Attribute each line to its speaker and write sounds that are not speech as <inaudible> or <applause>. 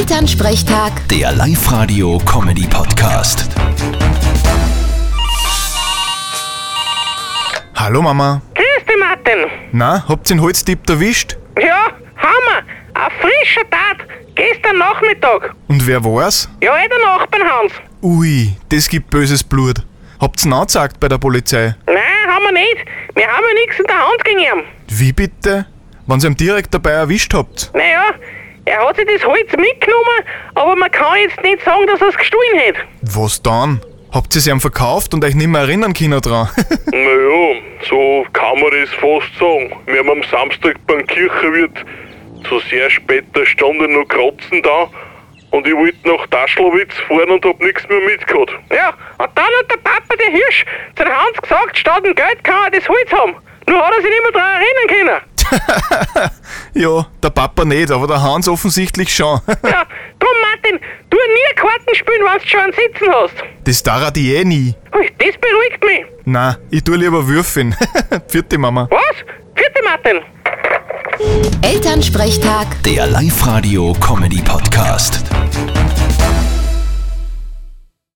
Speaker 1: Elternsprechtag,
Speaker 2: Der Live-Radio-Comedy-Podcast.
Speaker 3: Hallo Mama.
Speaker 4: Grüß dich, Martin.
Speaker 3: Na, habt ihr den Holztipp erwischt?
Speaker 4: Ja, Hammer. Ein frischer Tat. Gestern Nachmittag.
Speaker 3: Und wer war's?
Speaker 4: Ja, eh der Nachbarn Hans.
Speaker 3: Ui, das gibt böses Blut. Habt's ihn angezeigt bei der Polizei?
Speaker 4: Nein, haben wir nicht. Wir haben ja nichts in der Hand gegen ihn.
Speaker 3: Wie bitte? Wenn ihr ihn direkt dabei erwischt habt.
Speaker 4: Naja, er hat sich das Holz mitgenommen, aber man kann jetzt nicht sagen, dass er es gestohlen hat.
Speaker 3: Was dann? Habt ihr sie ihm verkauft und euch nicht mehr erinnern können dran? <laughs>
Speaker 5: Naja, so kann man das fast sagen. Wir haben am Samstag beim Kirchenwirt zu sehr später Stunde noch kratzen da und ich wollte nach Taschlowitz fahren und hab nichts mehr mitgehabt.
Speaker 4: Ja, und dann hat der Papa, der Hirsch, zu der Hans gesagt, statt dem Geld kann er das Holz haben. Nur hat er sich nicht mehr daran erinnern können.
Speaker 3: ja, der Papa nicht, aber der Hans offensichtlich schon. <laughs>
Speaker 4: Ja, drum, Martin, tu nie Karten spielen, wenn du schon einen Sitzen hast.
Speaker 3: das darf ich eh nie.
Speaker 4: Ui, Das beruhigt mich.
Speaker 3: Na, ich tu lieber Würfeln. <laughs> Vierte Mama.
Speaker 4: Was? Vierte Martin.
Speaker 1: Elternsprechtag.
Speaker 2: Der Live-Radio-Comedy-Podcast.